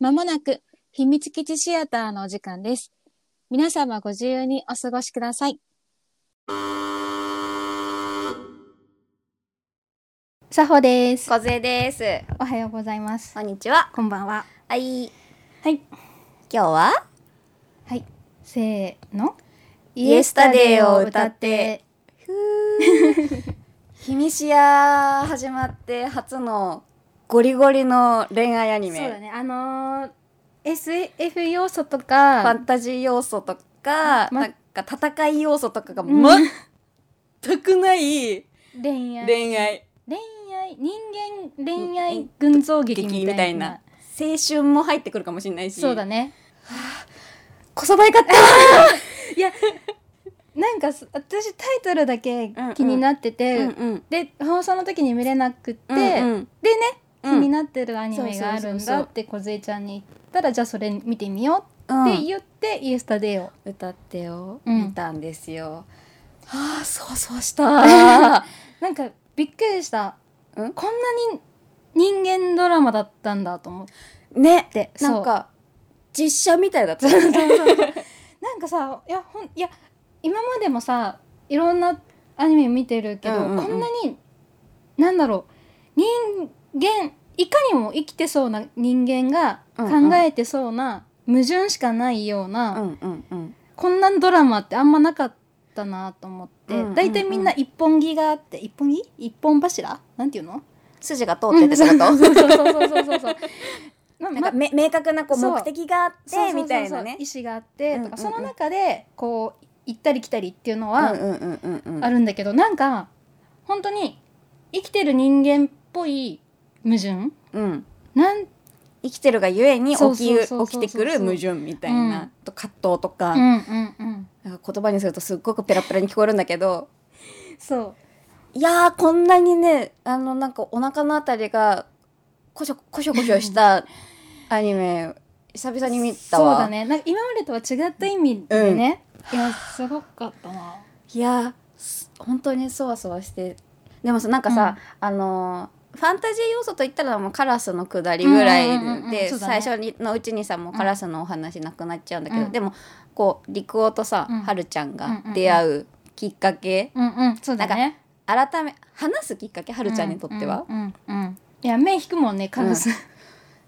まもなく秘密基地シアターのお時間です。皆様ご自由にお過ごしください。さほです。小杖です。おはようございますこ。んにちは。こんばんは。はい。はい。今日ははい。せーの。イエスタデイを歌って。ひみしや始まって初のゴリゴリの恋愛アニそうメ、だね。あのー SF 要素とファか、ンタジー要素とか、まなんか戦い要素とかがうん全くない恋愛。恋愛恋愛、人間恋愛群像劇劇みみたいな。たいな青春も入ってくるかもしれないしそうだね。こそばいかったなんかす私タイトルだけ気になってて、うんうんで放送の時に見れなくって、うんうんでね、う気んになってるアニメがあるそうそうんそうそだうって小杖ちゃんに言ったらじゃあそれ見てみよううっんて言って「イエスタデイを歌ってよ、うん見たんですよああそうそうした なんかびっくりした、うんこんなに人間ドラマだったんだと思ってねでそうなんか実写みたいだった なんかさいやほんいや今までもさいろんなアニメ見てるけど、うんうんうんこんなになんだろう人間いかにも生きてそうな人間がうんうん考えてそうな、矛盾しかないような、うんうんうんこんなドラマってあんまなかったなと思って、うんうんうん大体みんな一本木があって一本木一本柱なんていうの筋が通ってってこうとんそうそうそうそうそうそうそうまなんかめ明確なこうそう目的があってみたいなそうそうそうね意思があってとか、うんうんうんその中でこう行ったり来たりっていうのうんはうんうんうんうんあるんだけど、なんか本当に生きてる人間っぽい矛盾うんなん生きてるがゆえに起きそう起そうそうそうきてくる矛盾みたいうんなと葛藤とうんかうんうんなんか言葉にするとすっごくペラペラに聞こえるんだけどそういやーこんなにねあのなんかお腹のあたりがこしょこしょこしょしたアニメ久々に見たそうわだねなんか今までとは違った意味でね、いやすごかったないやーす本当にそわそわしてでもさなんかさ、あのーファンタジー要素といったらもうカラスのくだりぐらいで、うんうんうんうんそうだね最初にのうちにさもうカラスのお話なくなっちゃうんだけど、うんでもこう陸王とさ、うんはるちゃんうんうんうがん出会うきっかけ、うんうんそうだね改め話すきっかけはるちゃんにとっては、うんうん、うんいや目引くもんねカラス、い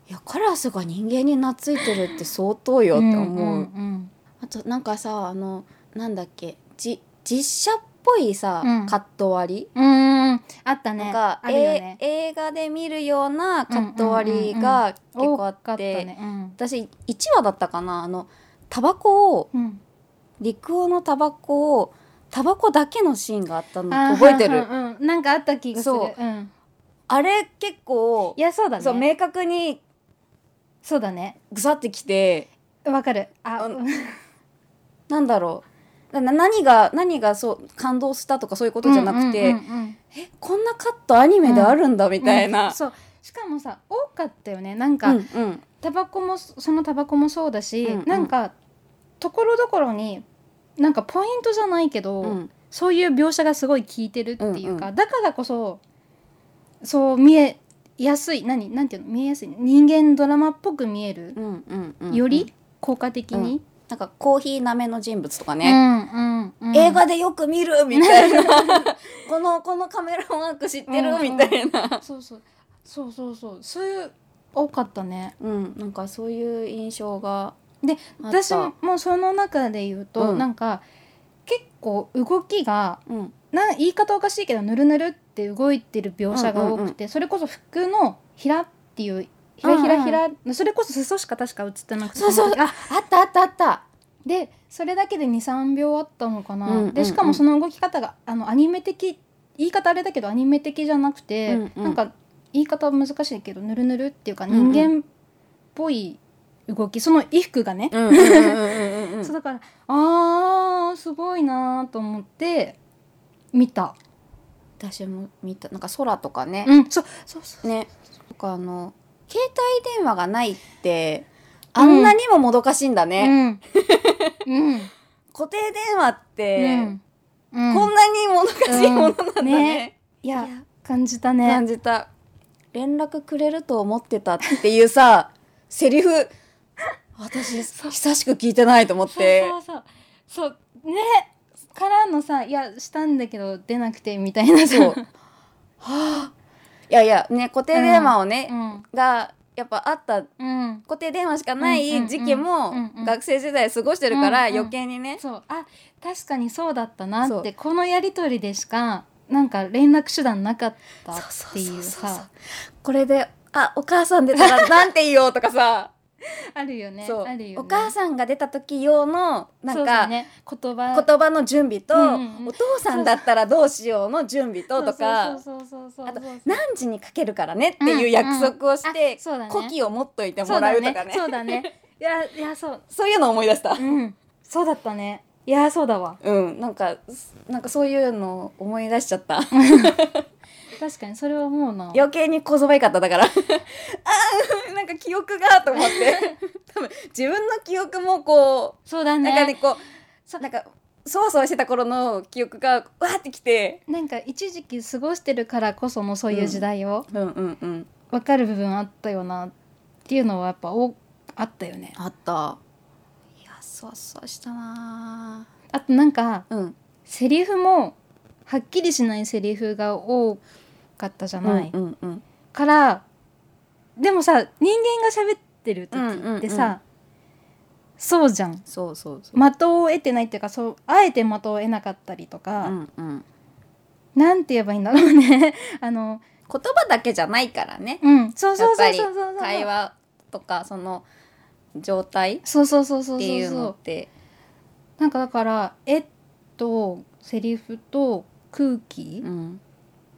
やカラスが人間に懐いてるって相当よって思う。んんあとなんかさあのなんだっけじ実写っぽいさ、うんカット割りうんうんうんあったねなんか、あるよねえ映画で見るようなカット割りが結構あって、ねうん私1話だったかなあのタバコをうん、陸王のタバコをタバコだけのシーンがあったの覚えあて るーはんはんうん、なんかあった気がする、そうん、あれ結構いやそうだねそう明確にそうだねぐさってきてわかるああうんなんだろうな何が何がそう感動したとかそういうことじゃなくて、うんうんうんうんえこんなカットアニメであるんだみたいうんな。そうしかもさ多かったよねなんうか、んうんタバコもそのタバコもそうだし、うんうんなんかところどころになんかポイントじゃないけど、うんそういう描写がすごい効いてるっていうか、うんうだからこそそう見えやすい何なんていうの見えやすい人間ドラマっぽく見えるう、んうんうんより効果的に、なんかコーヒーなめの人物とかうんね、うんうん映画でよく見るみたいな このこのカメラワーク知ってうんるうんみたいな、そうそうそうそうそうそういう多かったねうんなんかそういう印象がであった私もその中で言うと、うんなんか結構動きがうんな言い方おかしいけどぬるぬるって動いてる描写が多くて、それこそ服のひらっていうひらひらひら、それこそ裾しか確か映ってなくてそうそうの時ああったあったあったでそれだけで23秒あったのかな、うんうんうんでしかもその動き方があのアニメ的言い方あれだけどアニメ的じゃなくて、うんうんなんか言い方は難しいけどぬるぬるっていうかんうん人間っぽい動き、その衣服がね、うんうんうん うんうんそうだからあーすごいなーと思って見た、私も見たなんか空とかね、うん、そうそうそう、ねなんかあの携帯電話がないってあんなにももどかしいんだね、うん、う ん固定電話って、うんこんなにもどかしいものなんだね,、うんねいや感じたね 感じた連絡くれると思ってたっていうさそセリフ私久しく聞いてないと思ってそうそうそうそうねからのさいやしたんだけど出なくてみたいなさそうはあいやいやね固定電話をね、うんがやっぱあったうん固定電話しかなうんうんうんい時期もうんうん学生時代過ごしてるからうんうん余計にね、そうあ確かにそうだったなそっうてこのやり取りでしかなんか連絡手段なかったっそうてそうそいううそうそうさこれで「あお母さん出たらなんて言おう」とかさある よねそう、あるよねお母さんが出た時用のなんそうだか、ね、言葉言葉の準備と、うんうんうんお父さんだったらどうしようの準備ととかそうそうそうそうそうあとそう何時にかけるからねっていう約束をしてそうだね古希を持っといてもらうとかねそうだねそうだ ねいやいやそうそういうの思い出したうんそうだったねいやそうだわうんなんかなんかそういうの思い出しちゃった確かにそれはもうな余計に小そばいかっ ただからあーなんか記憶がと思って 多分自分の記憶もこそうだうねなんかねこそううなんかそわそわしてた頃の記憶がわーってきてなんか一時期過ごしてるからこそのそういう時代をうんうんうん分かる部分あったよなっていうのはやっぱおあったよねあったいやそわそわしたなあとなんかーうんセリフもはっきりしないセリフが多かったじゃない、うんうんうんからでもさ人間が喋ってる時ってさ、うんうんうそうじゃんそうそうそう、的を得てないっていうかそうあえて的を得なかったりとか、うんうんなんて言えばいいんだろうね あの言葉だけじゃないからねうんそうそうそうやそうっそうそう会話とかその状態っそうそうそうそうそうていうそのっうてなんかだから絵とセリフと空気うん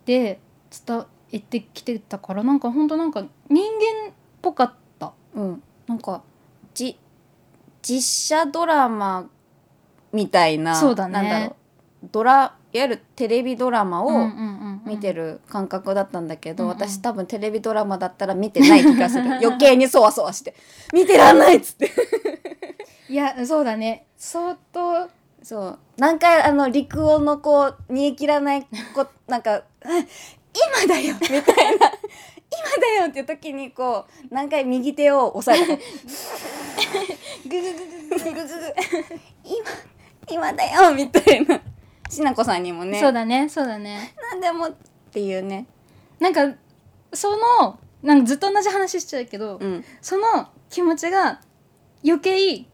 で伝えてきてたからなんかほんとなんか人間っぽかったうん、なんかじ実写ドラマみたいなそうだねなんだろうドラいわゆるテレビドラマうんうをんうんうん見てる感覚だったんだけど、うんうん私多分テレビドラマだったら見てない気がする余計にそわそわして「見てらんない!」っつっていやそうだね相当そう何回あの陸音のこう煮え切らないこなんか「うん今だよ!」みたいな「今だよ!」っていう時にこう何回右手を押さえてググググググググ「今だよ!」みたいなしなこさんにもねそうだねそうだねなんでもっていうね、なんかそのなんかずっと同じ話しちゃうけど、うん、その気持ちが余計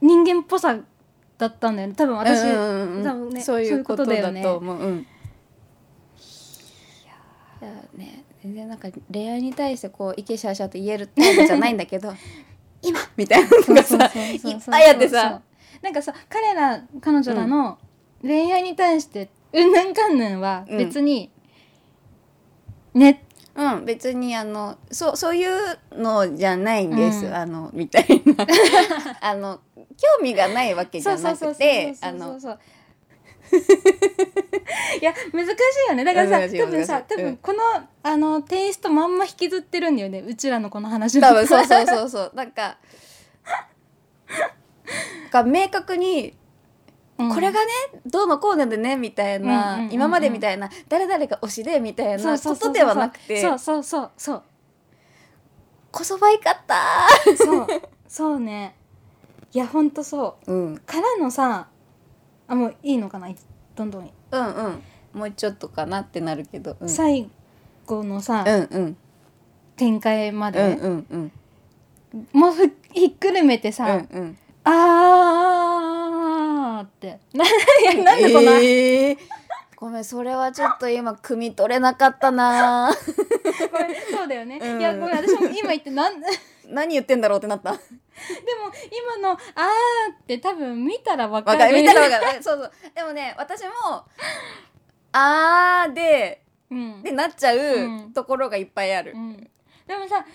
人間っぽさだったんだよね多分私、うんうんうん多分ねそういそういううここととだだよねと思う、うん、いやーね全然なんか恋愛に対してこうイケシャーシャーと言えるタイプじゃないんだけ ど今みたいなのがさいっぱいあってさなんかさ彼ら彼女らの恋愛に対してうんぬんかんぬんは別に、ねうん別にあのそうそういうのじゃないんです、うんあのみたい なあの興味がないわけじそゃうそうなそうくそうてそあうそのうそう いや難しいよねだから難さしい多分さ難し多いうん分この、あのテイストまんま引きずってるんだよねうちらのこの話も多分そうそうそうそうなんかが明確に うんこれがねどうのこうのでねみたいうんな、うんうんうん今までみたいな誰々が推しでみたいそうなそうこそうそうとではなくてそうそうそうそうこそばいかったそうそうねいやほんとそー、うん、うからのさあもういいのかなどんどん、うんうんもうちょっとかなってなるけど、うん、最後のさ、うんうん展開まうんで、うんうんもうふひっくるめてうさ、んうんあーって ない やなんでこんな、えーごめんそれはちょっと今汲み取れなかったな ーごめんそうだよね、うんいやごめん私も今言ってなん でも何言ってんだろうってな った今の「あー」って多分見たらわかわるかる見たらわか るそうそうでもね私もあーでうんでなっちゃううんところがいっぱいあるう、ん、でもさだか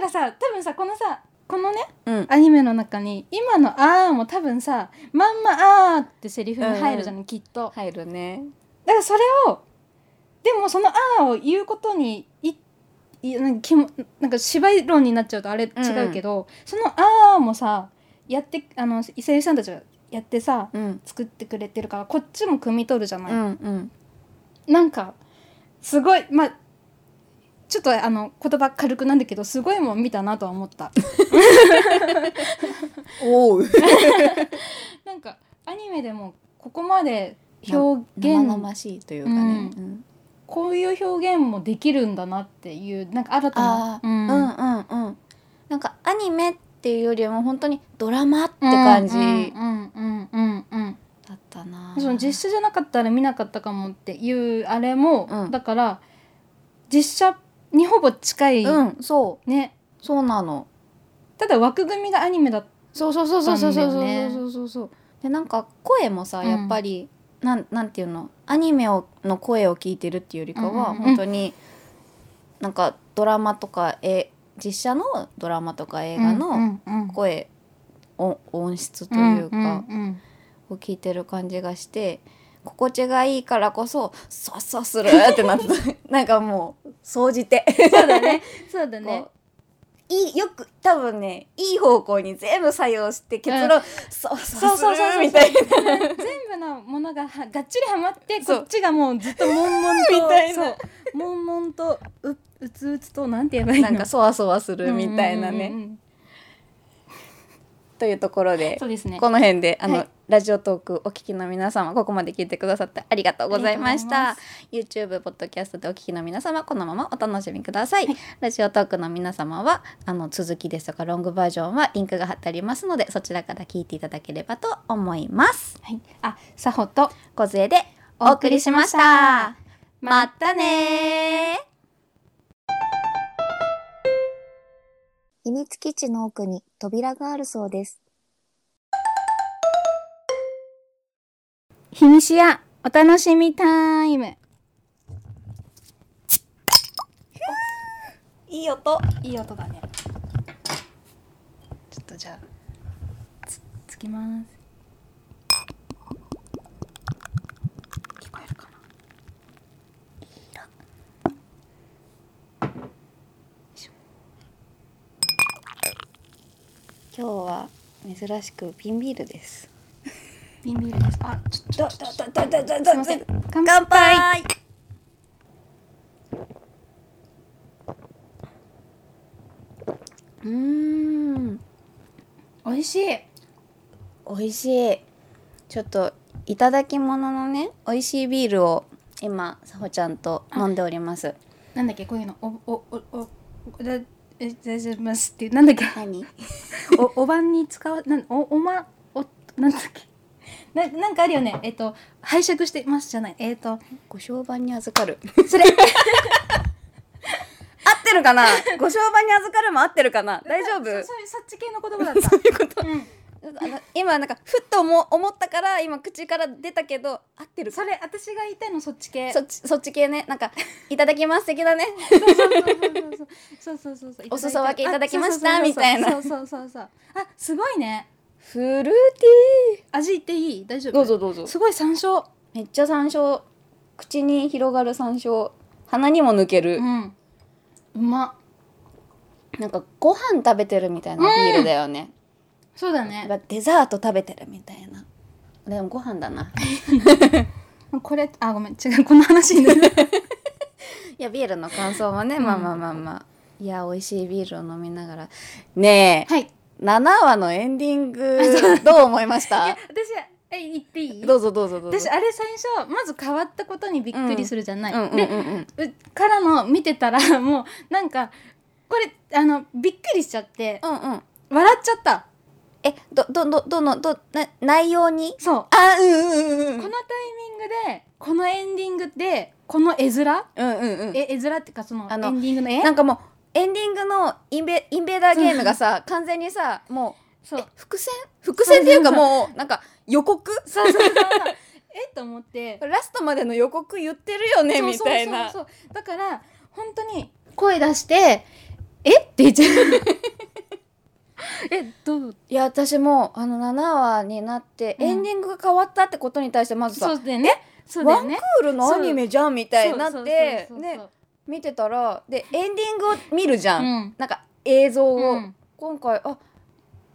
らさ多分さこのさこのねうんアニメの中に今の「あー」も多分さまんま「あー」ってセリフに入るじゃない、きっと入るねだからそれをでもその「あー」を言うことにいいなんか気もなんか芝居論になっちゃうとあれ違うけど、その「あー」もさやってあの伊勢さんたちがやってさうん作ってくれてるからこっちも汲み取るじゃない、んうんなんかすごいまあちょっとあの言葉軽くなんだけどすごいもん見たなとは思った。お うなんかアニメでもここまで表現生々しいというかね、ううんこういう表現もできるんだなっていうなんか新たなあ、ううんん、うんうんなんかアニメっていうよりはもう本当にドラマって感じうんうんうんうんうんだったな、その実写じゃなかったら見なかったかもっていうあれも、うんだから実写にほぼ近い、うんそうねそうなのただ枠組みがアニメだったそうそうそうそうそうそそううなんだよねそうそうそうでなんか声もさうんやっぱり、なんなんていうのアニメをの声を聞いてるっていうよりかは、うんうんうん本当になんかドラマとかえ実写のドラマとか映画の声、音音質というか、うんうんうんを聞いてる感じがして心地がいいからこそさっさする ってなってたなんかもう総じてそうだねそうだねこういいよく多分ねいい方向に全部作用して結論、そうそうそうそうみたいな全部のものがはがっちりはまってこそうっちがもうずっと悶々とみたいなそう悶々とううつうつとなんて言えばいいのなんかそわそわするみたいなうんうんねうんうんというところでそうですねこの辺であの、はいラジオトークお聞きの皆様ここまで聞いてくださってありがとうございましあた YouTube ポッドキャストでお聞きの皆様このままお楽しみください、ラジオトークの皆様はあの続きですとかロングバージョンはリンクが貼ってありますのでそちらから聞いていただければと思いますはいあさほと小杖でお送りしましたまたねー秘密基地の奥に扉があるそうです。ひみしやお楽しみタイムいい音いい音だねちょっとじゃあつきます聞こえるかな今日は珍しく瓶ビールです。ビンビールですあちょどどどどどどすいません乾杯乾杯。うーん、美味しい美味しい。ちょっといただき物のね、美味しいビールを今さほちゃんと飲んでおります。なんだっけこういうのおおおおおだえ大丈夫ますってなんだっけ何？ おお椀に使うなんおおまおなんだっけななんかあるよねえっ、と拝借してますじゃないえっ、とご商売に預かる。それ合ってるかな？ご商売に預かるも合ってるかな？大丈そ夫？そういう そっち系の言葉だったそういうこと。うんあの今なんかふっと思思ったから今口から出たけど合ってるそれ私が言いたいのそっち系そっちそっち系ね なんかいただきます的だねそうそうそうそうそうそうそうそうお裾分けいただきましたみたいなそうそうそうそうあすごいねフルーテ味いっていい大丈ィ夫どうぞどうぞすごい山椒めっちゃ山椒口に広がる山椒鼻にも抜ける、うんうまなんかご飯食べてるみたいなビールだよね、そうだなねんかデザート食べてるみたいなでもご飯だなこれあごめん違うこの話にな るいやビールの感想もね、まあまあまあまあいや美味しいビールを飲みながらねえ、はい7話のエンディン グどう思いまいしやた私え言っていいどうぞどうぞどうぞ私あれ最初まず変わったことにびっくりするじゃない、うんうんでうんうんうからの見てたらもうなんかこれあのびっくりしちゃってうんうん笑っちゃったえどどどどのどな内容にそうあうんうんうんうこのんタイミングでこのエンディングでこの絵面うんうんうんえ絵面っていうかそのエあのンディングの絵なんかもうエンディングのインベインベーダーゲームがさ完全にさもそうう伏線伏線っていうかそうそもうなんか予告そうそうそう そうえっと思ってラストまでの予告言ってるよねみたいなそうそうそうそうだから本当に声出してえって言っちゃうえどういや私もあの7話になってうんエンディングが変わったってことに対してまずさ、そうだよねそうだよねクールのアニメじゃんみたいになっそうてそうそうそうねそう見てたらでエンディングを見るじゃん、うんなんか映像を、うん今回あ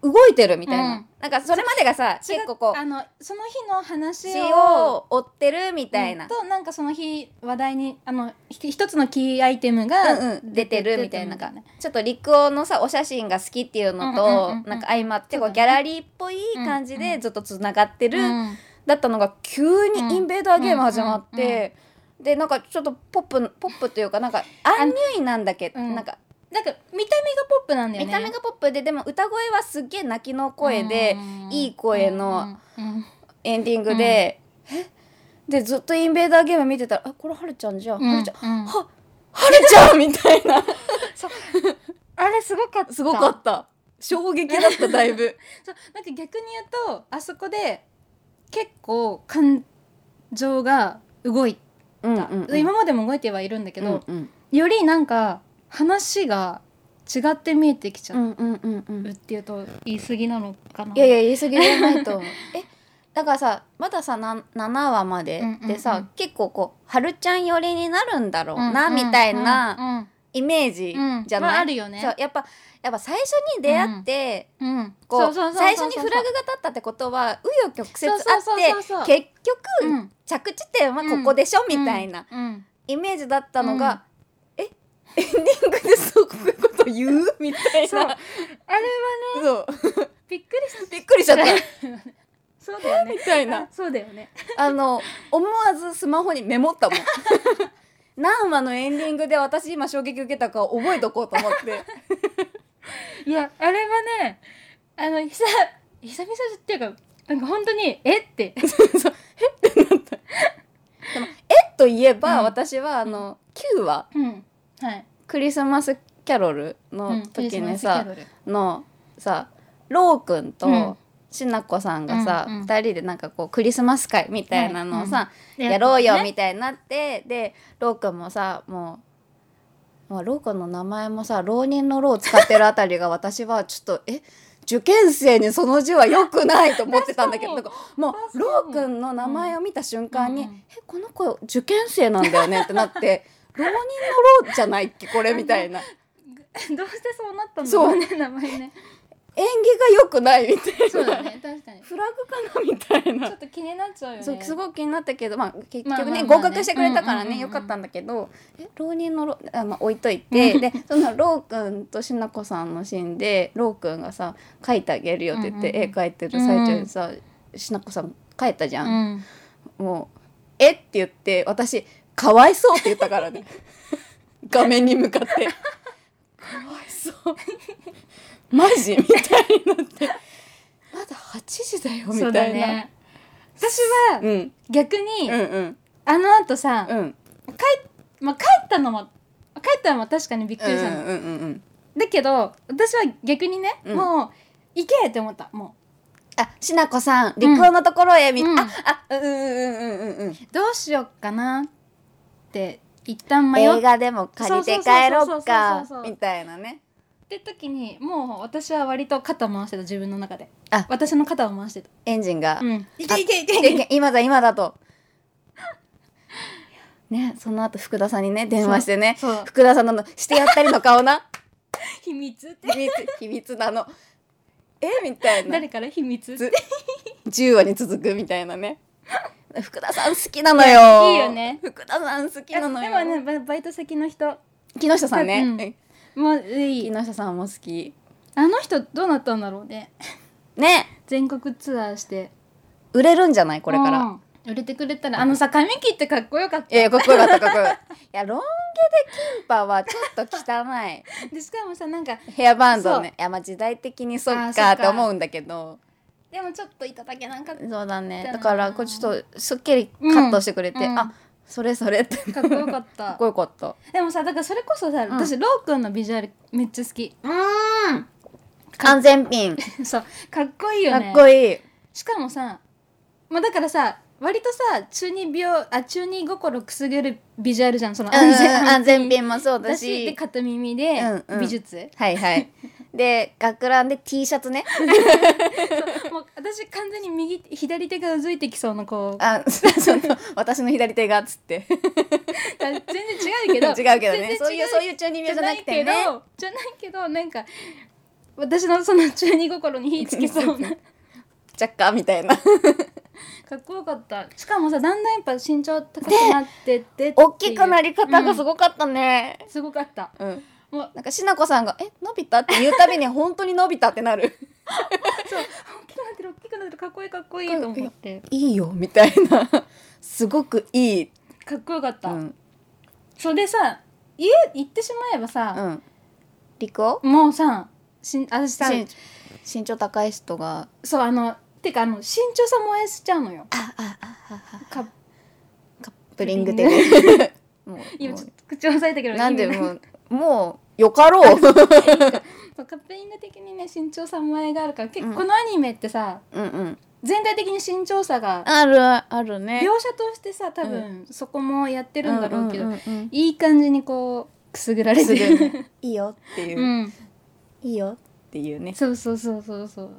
動いてるみたいな、うんなんかそれまでがさそれ結が構こあうのその日の話詩をを追ってるみたいな、うんとなんかその日話題にあのひ一つのキーアイテムうんうがん出てるみたいな出てるみちょっと陸王のさお写真が好きっていうのと、うんうんうんうんなんか相まっそてうこだうねギャラリーっぽい感じうんうでんずっとつながってる、たいなうんだったのが急にうんインベーダーゲーム始まっうんうんうんて、でなんかちょっとポップポップというかなんかアンニュイなんだけど、うんなんかなんか見た目がポップなんだよ見ねた目がポップででも歌声はすっげえ泣きの声で、いい声のうんうんうんエンディングで、えでずっとインベーダーゲーム見てたら「あこれはるちゃんじゃん、はるちゃんうんうんははるちゃん!」み たいなあれすごかったすごかった衝撃だっただいぶそうなんか逆に言うとあそこで結構感情が動いうんた、うんうん今までも動いてはいるんだけど、うんよりなんか話が違って見えてきちうゃんうんうんうんうっていうと言い過ぎなのかないやいや言い過ぎじゃない と思うえだからさまださな7話までうんうんうんでさ、結構こうはるちゃん寄りになるんだろうな、うんうんみたいなうイメージんうんうんじゃはなあい、るよねそうやっぱやっぱ最初に出会って、うんこうそうそうそうそう最初にフラグが立ったってことは紆余曲折あってそうそうそうそう結局、うん着地点はここでしょ、みたいなうんうんイメージだったのが、えエンディングでそういうこと言うみたいなそうあれはそうびっくりしびっくりしちゃった そうだよねみたいなあそうだよねあの思わずスマホにメモったもん 何話のエンディングで私今衝撃受けたか覚えとこうと思 っていやあれはねあの久久々っていうかなんか本当にえってといえば、うん私はあの9話うんはいクリスマスキャロルうのん時にクさ、リスマスキャドのさローくんうんとしなこさんがさ、うんうん2人でなんかこうクリスマス会みたいなのをさ、ルやろうよねみたいになって、でろうくんもさもう、まあ、ろうくんの名前もさ浪人のろうを使ってるあたりが私はちょっとえ受験生にその字は良くないと思ってたんだけどなん確かもう確かろにうくんの名前を見た瞬間に「うんうんえこの子受験生なんだよね」ってなって「浪人のろうじゃないっけこれ」みた いなどうしてそうなったんだそうろうね名前ね縁起が良くないみたいなそうだね確か にフラグかなみたいなちょっと気になっちゃうよねそうすごく気になったけど、まあ、結まあ局ねまあまあね合格してくれたかうんうらね、んうんうんよかったんだけどえ浪人のろあ、まあ、置いといてでそのろうくんとしなこさんのシーンでろうくんがさ「描いてあげるよ」って言って、うんうんうん絵描いてる最中にさ、しなこさん描いたじゃ、うんんもう「えっ?」て言って私「かわいそう」って言ったからね 画面に向 かって「かわいそう」マジみたいになってまだ8時だよみそうただいな。ね私はうん、逆うに、んうんあの後さ、うんまあ、帰ったのも帰ったのも確かにびっくりしたの、うんうんうんうん、だけど私は逆にね、うんもう行けって思ったもあしなこさん陸王のところへみ、うんああうんうんうんうんうんうどうしよっかなって一旦迷っ映画でも借りて帰そうそうそうそうろっそうかそうそうみたいなねて時にもう私は割と肩回してた自分の中であ私の肩を回してた、エンジンが、うん、いけけいけいけで今だ今だと ねその後福田さんにね電話してねそう福田さんのしてやったりの顔な秘密って秘密秘密なのえみたいな誰から秘密ってず10話に続くみたい なね福田さん好きなのよいいよね福田さん好きでなものよねババイト先の人木下さんね、うんもうい木い下さんも好きあの人どうなったんだろうねね全国ツアーして売れるんじゃないこれから、うん売れてくれたらあのさ髪切ってかっこよかっいやいやかっこよかっ たかっこよかったいやロン毛でキンパはちょっと汚いた でしかもさなんかヘアバンドねいやまあ時代的にそあーっそっかかって思うんだけどでもちょっといただけなんかっそうだねだなだからこれちょっとすっきりカットしてくれて、うんうんあそれそれってかかっこよかった っこよかったでもさだ からそれこそさ、ん私ローくんのビジュアルめっちゃ好きうん完全ピンかそうかっこいいよねっこいいしかもさまあだからさ割とさ中二病あ中二心くすぐるビジュアルじゃんその安全,、うん安全ピンもそうだだししで片耳でうんうん美術、 はいはいで学ランで T シャツねもう私完全に右手左手がうずいてきそうなこう あその私の左手がっつって全然違うけど 違うけど全然違ねそういうそういう中二病じゃなくてじゃねないけどじゃないけどなんか私のその中二心に火つけそうなジャッカーみたいなかっこよかったしかもさだんだんやっぱ身長高くなってってって 大きくなりり方がすごかったね、すごかったうんもうなんかしなこさんが「えのび太?」って言うたびに本当にのび太ってなる大きくなってる大きくなってるかっこいいかっこいいと思って いいよみたいなすごくいい、かっこよかっうた、んそれでさ家行ってしまえばうさ、ん、リコもうさしん私さ身身長高い人がそうあのてかあの身長さ燃やしちゃうのよああああカッカップリングで もう今もちょっと口を押さえたけどうなんで意味もうもうよか ろう、そうカップリング的にね身長差前があるから結うん構このアニメってさ、うんうん、全体的に身長差があるあるね描写としてさ多分そこもやっててるんだろうけど、んうんいい感じにこうくすぐられてする、ぐいいよっていう、うん、いいよっていう ねそうそうそうそうそう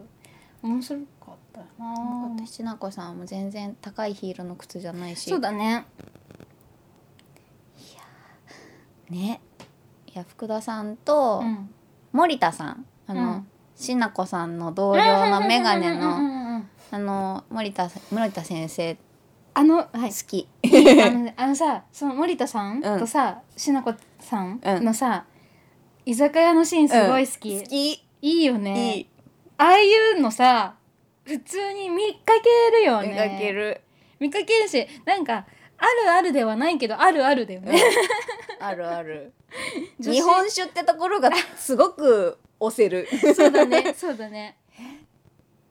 面白かったな私なこさんも全然高いヒールの靴じゃないしそうだねねいや福田さんとうん森田さんあの、うんしなこさんの同僚のメガネうんうのんうんうん あの森田さん森田先生あの はい好き、あのねあのさその森田さんうんとさ、しなこさんのさ、居酒屋のシーンすごい好き、うん好きいいいよねいああいうのさ普通に見かけるよね見かける見かけるしなんかあるあるではないけどあるあるだよね、 あるある女子日本酒ってところがすごく押せ る そうだねそうだね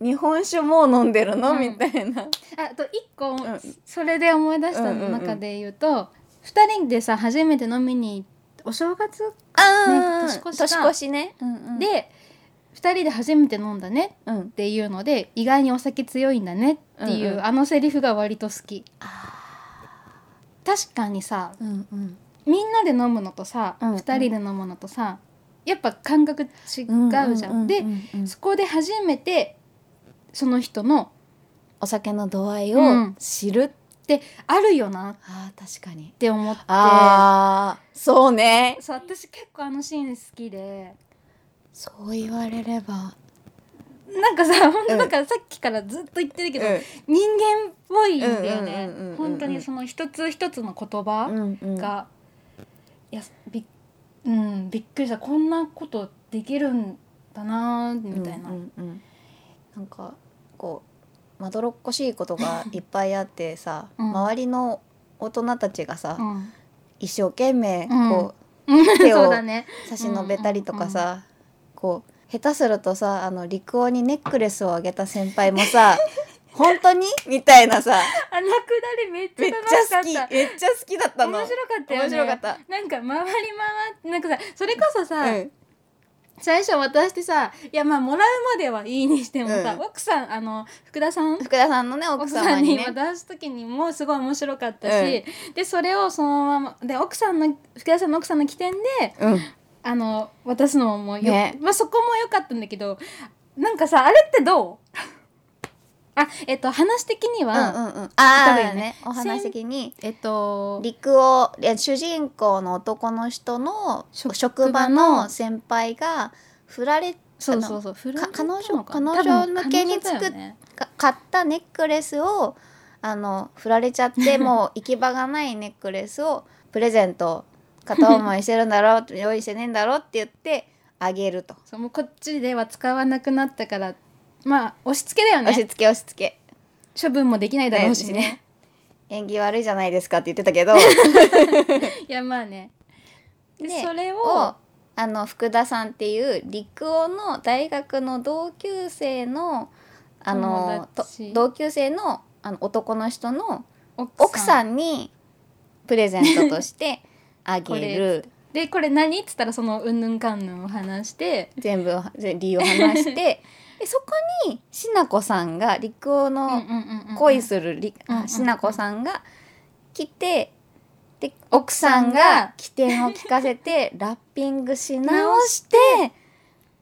日本酒もう飲んでるの、うんみたいなあと一個、んそれで思い出したの中で言うと、二人でさ初めて飲みにお正月ーあ年越しか年越ね、うんうん、で、で、二人で初めて飲んだねうんっ、ていうので意外にお酒強いんだねっていう、うんうんあのセリフが割と好き確かにさうんうんみんなで飲むのとさ、う二んうん人で飲むのとさやっぱ感覚違うじゃん,、うでう、うんそこで初めてその人のお酒の度合いうをん知る、ってあるよなっあー確かにて思ってあーそうねそう私結構あのシーン好きでそう言われれば、なんかさ本う当んなんかさっきからずっと言ってるけど、人間っぽいんだよねうんうんうんうんうん本当にその一つ一つの言葉、んうんが、いやびっ,、うん、びっくりしたこんなことできるんだなーみたいな、うんうんうんなんかこうまどろっこしいことがいっぱいあってさ、うん周りの大人たちがさ、うん一生懸命うんこ手をそうだねう差し伸べたりとかさ、こう下手するとさあの陸王にネックレスをあげた先輩も さ本当にみたいなさあのくだりめっち めゃっ楽しちかゃった好きめっちゃ好きだったの面白かったよね面白かったなんか回り回ってなんかさそれこそさ、うん最初渡してさいやまあもらうまではいいにしてもさ、うん奥さんあの福田さん福田さんのね奥奥さ様んににね渡す時にもすごい面白かったし、でそれをそのままで奥さんの福田さんの奥さんの起点でうんあの渡すのもよ、ねまあ、そこも良かったんだけどなんかさあれってどう あえっと話的には、うんうんうん、あ多あ分ねねお話的にえっと陸をいや主人公の男の人の職職場の先輩が振られそうそうそうフランス彼女なのか彼な女向けに多分彼女だよねか買ったネックレスをあの振られちゃっ てもう行き場がないネックレスをプレゼント片思いしてるんだろ う用意してねえんだろうって言ってあげるとそうもうこっちでは使わなくなったからまあ押し付けだよ押しね付け押し付け。処分もできないだろうしだよねね縁起悪いじゃないですかって言ってたけど いやまあねででそれををあの福田さんっていう陸王の大学の同級生のあ友の達と同級生のあの男の人の奥奥さんさんにプレゼントとしてあ こげれるでこれ何っつったらそのうんぬんかんぬんを話して全部を全 理由を話して でそこにしなこさんが陸王の恋るするり、うんうんうんあしなこさんが来てで奥さんが起点を聞かせ てラッピングし直して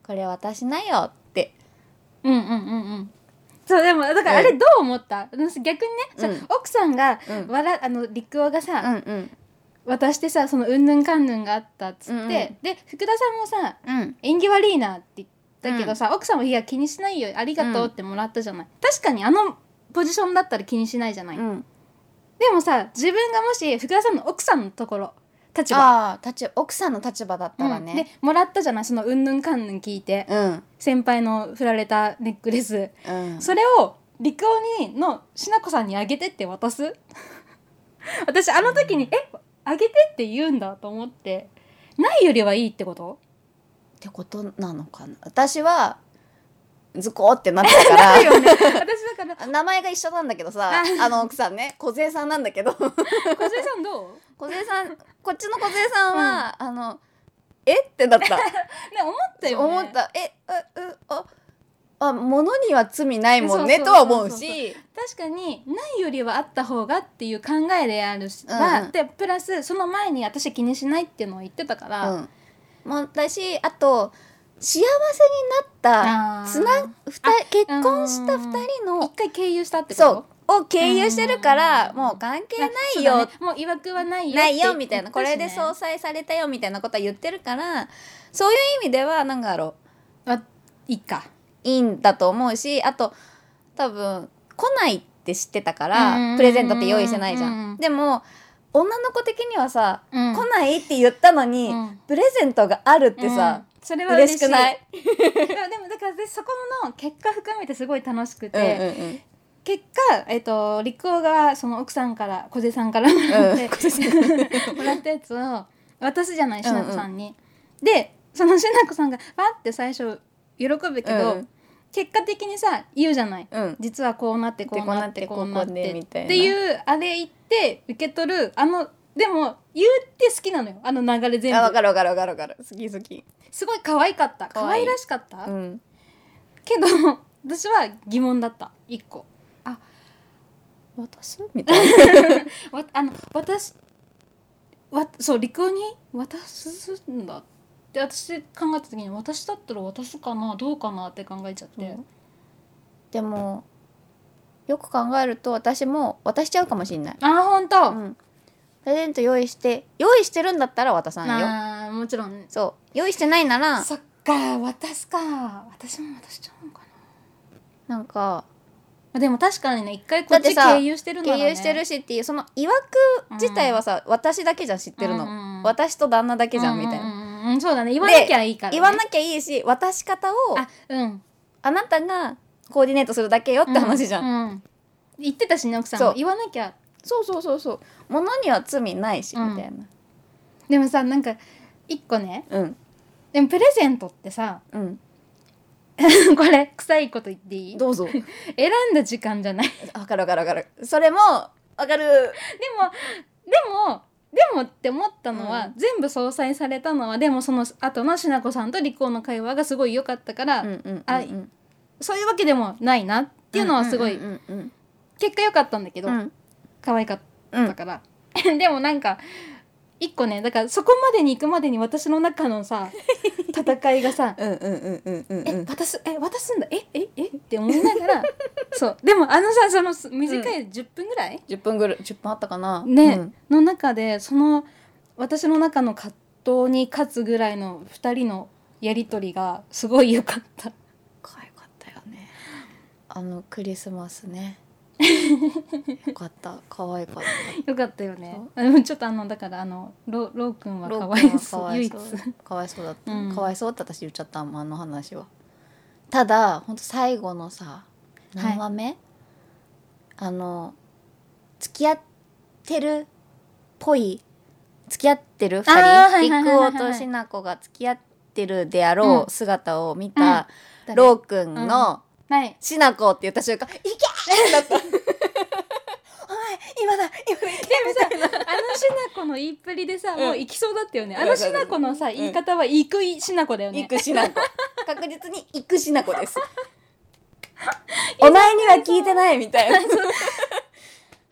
これ私なよってうんうんうんうんそうでもだからあれどう思った、私逆にね、さうん奥さんが、うんわらあの陸王がさ、うんうん渡してさそのうんぬんかんぬんがあったっつって、うんうんで福田さんもさうん縁起悪いなって言っだけどさ、奥さんも「いや気にしないよありがとう」ってもらったじゃない、確かにあのポジションだったら気にしないじゃない、うん、でもさ自分がもし福田さんの奥さんのところ立場、ああ立場奥さんの立場だったらうんでねもらったじゃないそのうんぬんかんぬん聞いて、うん先輩の振られたネックレスうんそれをリカオにのしなこさんにあげてって渡す 私あの時に「えあげて」って言うんだと思ってないよりはいいってことってことなのかな私はズコーって なってたかだよね私だからら名前が一緒なんだけどさああの奥さんね梢さんなんだけど 小杉さんどう梢さんこっちの梢さんは、あのえっ てなったね思ったよね思ったえううああ物には罪ないもんねそうとそうそはうそう思うし確かにないよりはあった方がっていう考えであるし、うんうんはでプラスその前に私気にしないっていうのを言ってたかうら、んまあだしあと幸せになっあたーつなふた結婚したうんうんうん2人の一回経由したってことそうを経由してるからうんもう関係ないそうだよねもういわくはないよないよみたいなこれで総う裁されたよみたいなことは言ってるからそういう意味ではなんだろいいかういいんだと思うしあと多分来ないって知ってたかうんうんうんうらんプレゼントって用意してないじゃ。うんうんんでも女の子的にはさう来んないって言ったのにうんプレゼントがあるってさうんそれは嬉しくないい でもでもだから私そこの結果含めてすごい楽しくて、うんうん結果えっ、と陸王がその奥さんから小瀬さんからもらって、 もらったやつを渡すじゃないしなこさんに。でそのしなこさんがわって最初喜ぶけど、うん結果的にさ言うじゃない。うん実はこうなってこうなってでここううななってっこうこうでてみったいなていうあれ言って受け取るあのでも言うって好きなのよあの流れ全あわ部かるわかるわかるわかる好き好きすごい可愛かった可可愛い愛らしかった、うんけど私は疑問だった一個私みたいなわあの私わそう離婚に渡すんだって私考えた時に私だったら渡すかなどうかなって考えちゃって、うんでもよく考えると私も渡しちゃうかもしんないああほんと、うん、プレゼント用意して用意してるんだったら渡さんよあーもちろんそう用意してないならそっか渡すか私も渡しちゃうのかなんかなでも確かにね一回こっだってちさ経由してるな経ら、ね、由してるしっていうそのいわく自体はさ、私だけじゃん知ってるの、うんうん私と旦那だけじゃんみたいな、な、うんうんうん、そうだね言わなきゃいいから、ね、言わなきゃいいし渡し方をあうんあなたがコーディネートするだけよって話じゃん、うんうん言ってたしね奥さんそうも言わなきゃそうそうそうそう物には罪ないし、うんみたいなでもさなんか一個ねうんでもプレゼントってさ うんこれ臭いこと言っていいどうぞ 選んだ時間じゃない でわかるわかるわかるそれもわかるもでもでもって思ったのは、う全部相殺されたのはでもその後のしなこさんと離婚の会話がすごい良かったから、うんうんうんうんあうんそういうわけでもないなっていうのはすごい、うんうんうん結果良かったんだけど、うんうん可愛かっうんたから、でもなんか一個ねだからそこまでに行くまでに私の中のさ戦いがさうんうんうんうんうんうえん渡すえ渡すんだえええって思いながらそうでもあのさそのす短い10分ぐらい、 10分ぐらい10分あったかなね、うんの中でその私の中の葛藤に勝つぐらいの2人のやり取りがすごい良かった可愛かったよねあのクリスマス ねよかった可愛かっ良かったよねうんちょっとあのだからあのロロー君たはロかッわクいンはそうかわい唯一そうかわいそうだった、うんかわいそうって私言っちゃったもんあの話はただほんと最後のさ何話目、あの付き合ってるっぽい付き合ってる2人、あーはいはいはい陸はいは王いとしなこが付き合ってるであろうんう姿を見た、誰ローくんの、はいしなこって言った瞬間「いけ!」ってなったお前今だ今だいけみたあのいしなこの言いっぷりでさ、んもう行きそうだったよねあわのかるしなこのさん言い方は行くいしなこだよな行ねくしなこ確実に行くしなこ ですお前には聞いてない みたいない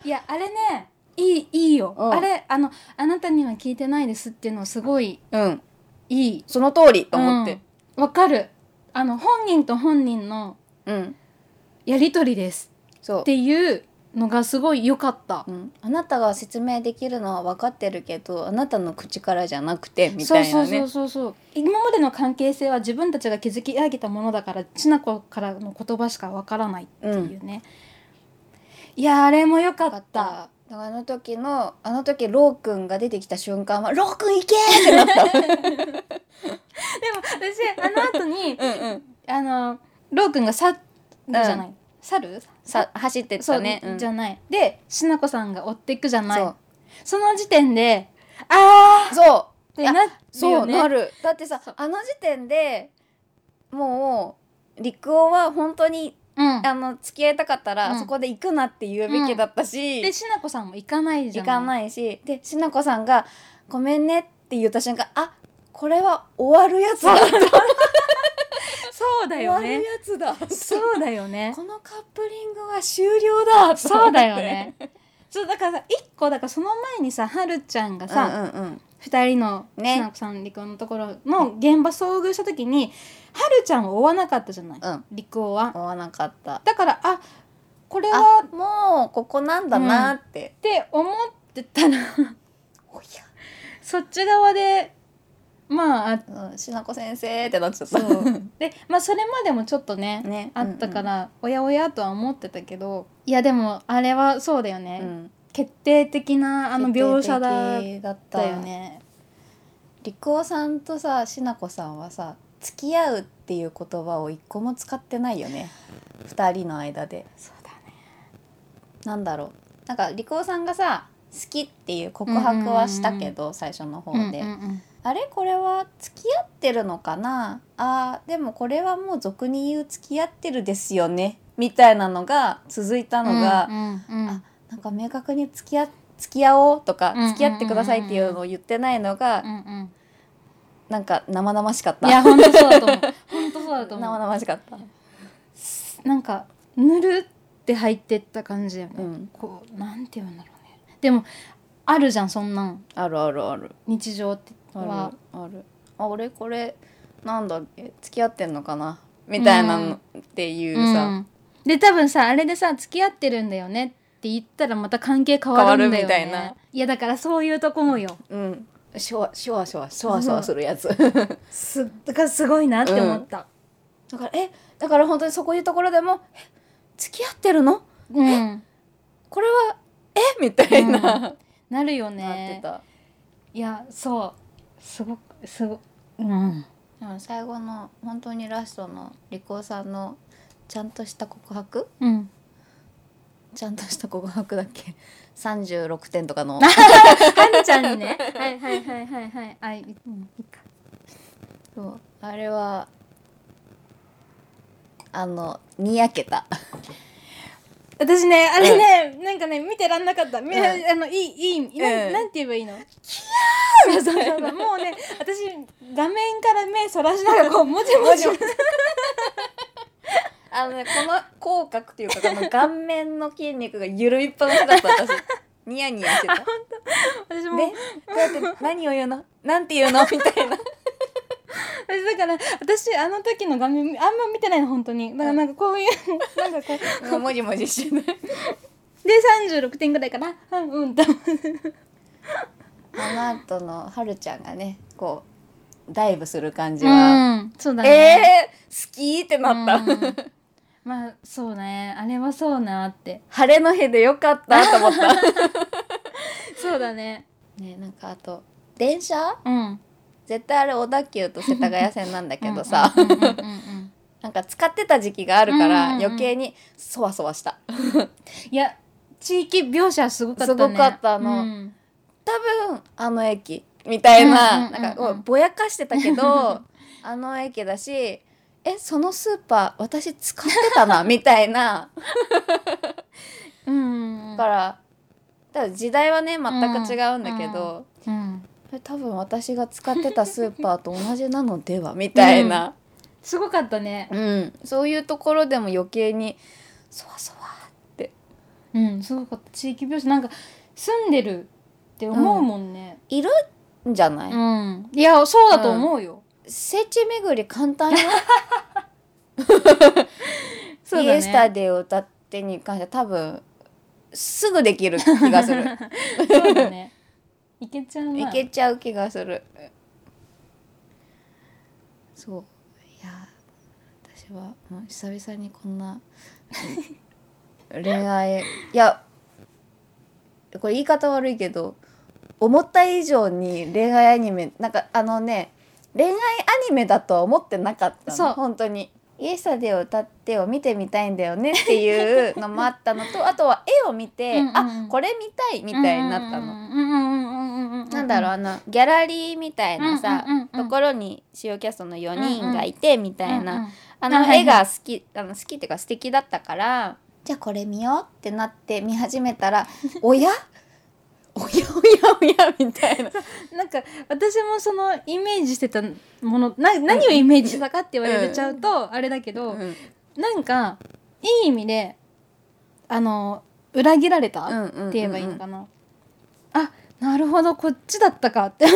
やあれねいいいいようんあれあのあなたには聞いてないですっていうのはすごいうんいいその通りと思ってうんわ、かるあの本人と本人のうん、やり取りですそうっていうのがすごい良かったう。ん、あなたが説明できるのは分かってるけどあなたの口からじゃなくてみたいなねそうそうそうそうそう今までの関係性は自分たちが築き上げたものだから千奈子からの言葉しかわからないっていうね、いやーあれも良かっただっただからあの時のあの時ローくんが出てきた瞬間は「ローくん行け!」ってなったでも私あの後にうん、うん、あのロウくんが去るじゃない、去るさ走ってっそたう、ねじゃゃないでしなこさんが追っていくじゃないそうその時点であーっそうてなってそうなねるだってさあの時点でもう陸王は本当にうんあの付き合いたかったら、うんそこで行くなって言うべきだったし、でしなこさんも行かないじゃ行ないかないしでしなこさんが「ごめんね」って言った瞬間あこれは終わるやつだそうだ終よわるやねつだそうだよねこのカップリングは終了 だそうだよね。 そうだからさ一個だからその前にさはるちゃんがさ、さうんうん二、人のねしなこさん陸王のところの現場遭遇した時にはるちゃんを追わなかったじゃない、うん陸王は追。わなかっただからあこれはあもうここなんだなって、って思ってたら おやそっち側でまああうんしなこ先生ってなっちゃったそうでまあそれまでもちょっとね ねあったかうんら、おやおやとは思ってたけどいやでもあれはそうだよね、うん決定的なあの描写だっ決定的だったたよよねね。陸王さんとさしなこさんはさ付き合うっていう言葉を一個も使ってないよね二人の間でそうだねなんだろうなんか陸王さんがさ好きっていう告白はしたけど、最初の方で、うんうんうんあれこれは付き合ってるのかなあーでもこれはもう俗に言う付き合ってるですよねみたいなのが続いたのが、うんうんうんあなんか明確に付き合付き合おうとか、うんうんうんうん付き合ってくださいっていうのを言ってないのが、うんうんなんか生々しかったいや本当そうだと思う本当そうだと生思々しかった、うなんかぬるって入ってった感じだよね、うんこうなんて言うんだろうねでもあるじゃんそんなんあるあるある日常ってあるはあるあ俺これなんだっけ付き合ってんのかなみたいなのっていうさ、うんで多分さあれでさ付き合ってるんだよねって言ったらまた関係変わるんだよね変わるみたいないやだからそういうとこもようんシュワシュワシュワシュワシュワするやつ すだからすごいなって思った、だからえだから本当にそこいうところでもえ付き合ってるのうんこれはえみたいな、なっなるよてねたいやそうすごくすごうんでも最後の本当にラストのリコさんのちゃんとした告白うんちゃんとした告白だっけ36点とか のはるちゃんにね。はいはい はいはいはい。あい、うん、いいか。そうあれはあのにやけた私ね、あれね、なんかね、見てらんなかった。みうんあの、いい、いい、なうんん、なんて言えばいいの。キャーそうそうそうそう。もうね、私、画面から目そらしながら、こう、もじもじ。あのねこの口角っていうかこの顔面の筋肉が緩みっぱなしだった 私ニヤニヤしてたで私こもう、やって何を言うのなんて言うのみたいな私だから、私、あの時の画面、あんま見てないの、本当に。だから、なんかこういう、なんかこう。も うもじもじしてないで、36点ぐらいかな。うん、うん、だあの後のはるちゃんがねこうダイブする感じは、うん、そうだね。えー、好きってなった、うんまあ、そうね。あれはそうなって。晴れの日でよかったと思ったそうだね。 ねなんかあと電車うん。絶対あれ小田急と世田谷線なんだけど さうんうんうんうんなんか使ってた時期があるからうんうんうん余計にそわそわしたいや地域描写すごかったねすごかったのうん多分あの駅みたいな,、うんうんうんうんなんかこうぼやかしてたけ どあの駅だしえそのスーパー私使ってたなみたいなうんだから多分時代はね全く違うんだけど、うんえ多分私が使ってたスーパーと同じなのではみたいな、すごかったねうん、そういうところでも余計にそわそわうんすごかった地域描写なんか住んでるって思うもんねいるんじゃない、うんいやそうだと思うよ聖地巡り簡単よ そうイだエスタねデーを歌ってに関しては多分すぐできる気がするそうだ ねいけちゃういなけちゃう気がするそういや私はもう久々にこんな恋愛いやこれ言い方悪いけど思った以上に恋愛アニメなんかあのね恋愛アニメだとは思ってなかったのそう本当に「イエスタデーを歌って」を見てみたいんだよねっていうのもあったのとあとは絵を見て、うんうんうんあこれ見たいみたいになったの。うんうんうんうんうんうんなんだろうあのギャラリーみたいなさ、うんうんうんうんところに主要キャストの4人がいてみたいな、うんうんはあいのはい絵が好きあの好きっていうか素敵だったからじゃあこれ見ようってなって見始め たら「おやおやおやおや」みたいな。なんか私もそのイメージしてたものな何をイメージしたかって言われちゃうとあれだけど、うんなんかいい意味であの裏切られた、うんっうんうんて言えばいいのかな、あなるほどこっちだったかってあ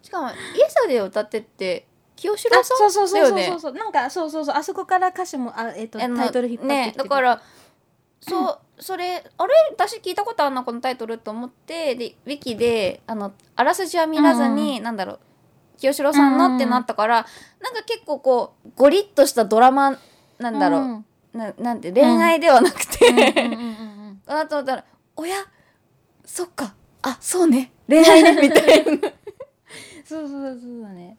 しかも「イエスタデーを歌って」って清志郎さんそうそうそうそうだよそねうそう、なんかそうそうそうあそこから歌詞もあ、えっとあのタイトル引っ張ってきてねだからそうそれあれ私聞いたことあるなこのタイトルと思ってでウィキであのあらすじは見らずうんに、なんだろう清志郎さんのってなったから、なんか結構こうゴリッとしたドラマなんだろう、うんななんて恋愛ではなくて、うんう んうんかなと思ったら「おやそっかあそうね恋愛ね」みたいな。そうそうそうだね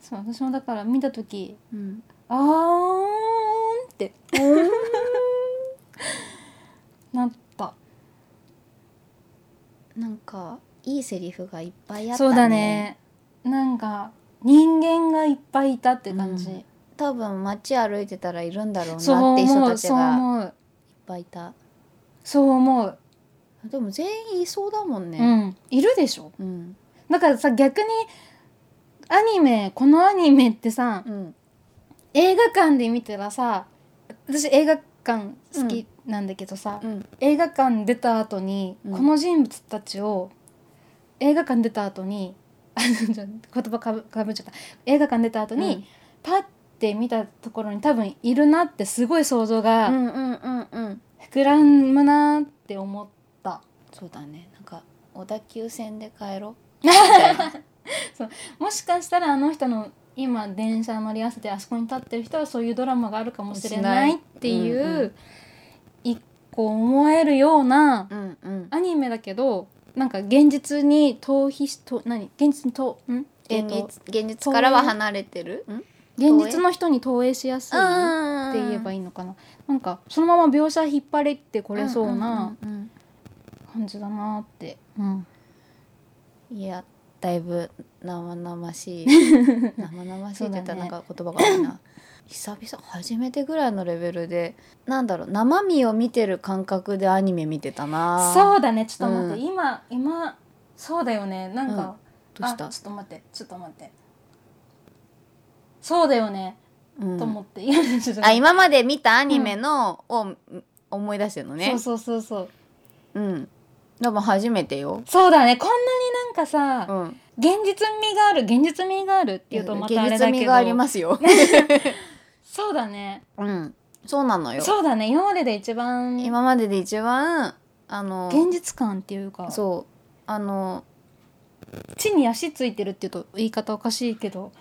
そう私もだから見た時 うんあーんってなったなんかいいセリフがいっぱいあったね。そうだねなんか人間がいっぱいいたって感じ、うん多分街歩いてたらいるんだろうそうなっていう人思たうちそうが思ういっぱいいたそう思う、でも全員いそうだもうんねんいるでしょうんだからさ逆にアニメこのアニメってさうん映画館で見たらさ私映画館好きなんだけどさ、うん映画館出た後に、うんこの人物たちを映画館出た後に あじゃあ言葉かぶかぶっちゃった映画館出た後に、うんパッて見たところに多分いるなってすごい想像うがんうんうんうん膨らむなって思った、そうだねなんか小田急線で帰ろう みたいなもしかしたらあの人の今電車乗り合わせてあそこに立ってる人はそういうドラマがあるかもしれなしないいっていう、うんう一個思えるようなうんうんアニメだけどなんか現実に逃避しと何現実にとんえ現ーと実現実からは離れてるうん現実の人に投影しやすいっって言えばいいいのかななんかそのまま描写引っ張れてこれそうな感じだなって、うんいやだいぶ生々 しい生々しいって言ったらなんか言葉が悪いな 久々初めてぐらいのレベルでなんだろう生身を見てる感覚でアニメ見てたなそうだねちょっと待って、うん今今そうだよねなんか、どうしたあちょっと待ってちょっと待ってそうだよね、うんと思っていやちょっと待ってあ今まで見たアニメのをうん思い出してるのね。そうそうそうそううん。でも初めてよ。そうだねこんなになんかさ、うん。現実味がある現実味があるっていうとまたあれだ現実け味どがありま すよ。そうだねうん。そうなのよ。そうだね今までで一番今までで一番あの現実感っていうかそうあの地に足ついてるっていうと言い方おかしいけど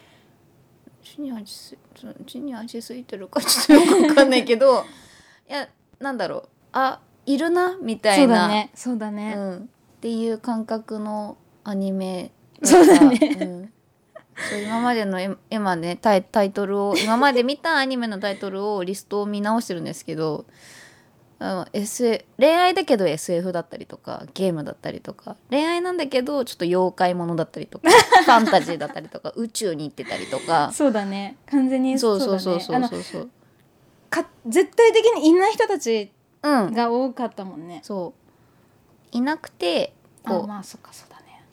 地に足すそう地に足ついてるかちょっとよくわかんないけ どいやなんだろうあいるなみたそいうだなねそうだね、うん、っていう感覚のアニメそうだねうんそう今までのえ今ねタイタイトルを今まで見たアニメのタイトルをリストを見直してるんですけどあの S 恋愛だけど SF だったりとかゲームだったりとか恋愛なんだけどちょっと妖怪ものだったりとかファンタジーだったりとか宇宙に行ってたりとかそうだね完全にそそううそだうねそうそあうのそうそうか絶対的にいない人たちうんが多かったもんねそういなくてあこうまあそっかそうだね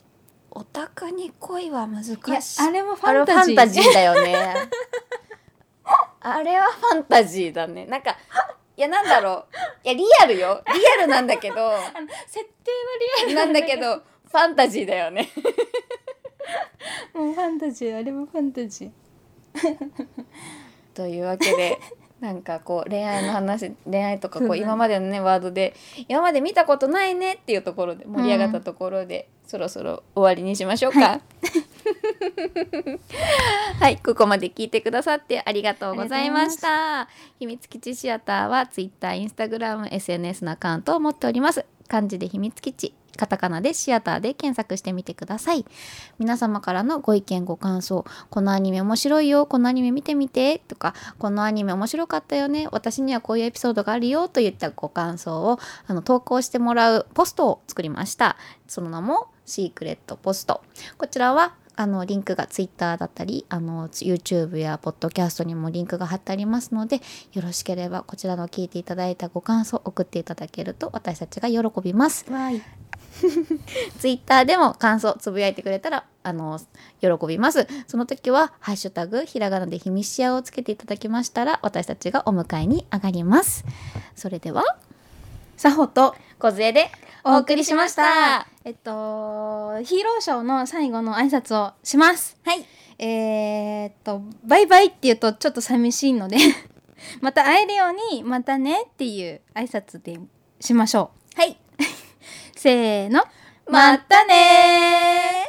オタクに恋は難しいいやあれもフあれァンはフタァジーンタジーだよね。あれはファンタジーだね。なんか、いや、なんだろう。いや、リアルよ。リアルなんだ けど、 あの設定はリアなルんだけ ど、ファンタジーだよね。もうファンタジーあれもファンタジーというわけで、なんかこう恋愛の話恋愛とかこそううね今までのねワードで今まで見たことないねっていうところで盛り上がったところで、そろそろ終わりにしましょうか。ははいここまで聞いてくださってありがとうございました。秘密基地シアターは Twitter、Instagram、SNS のアカウントを持っております。漢字で秘密基地、カタカナでシアターで検索してみてください。皆様からのご意見ご感想このアニメ面白いよこのアニメ見てみてとかこのアニメ面白かったよね私にはこういうエピソードがあるよといったご感想をあの投稿してもらうポストを作りましたその名もシークレットポストこちらはあのリンクが Twitter だったりあの YouTube や Podcast にもリンクが貼ってありますのでよろしければこちらの聞いていただいたご感想を送っていただけると私たちが喜びますわいツイッターでも感想つぶやいてくれたらあの喜びますその時は「ハッシュタグひらがなでひみしや」をつけていただきましたら私たちがお迎えに上がりますそれではサホと梢でお送りしましたえっとヒーローショーの最後の挨拶をしますはいえーっとバイバイって言うとちょっと寂しいので また会えるようにまたねっていう挨拶でしましょうはい せーのまたねー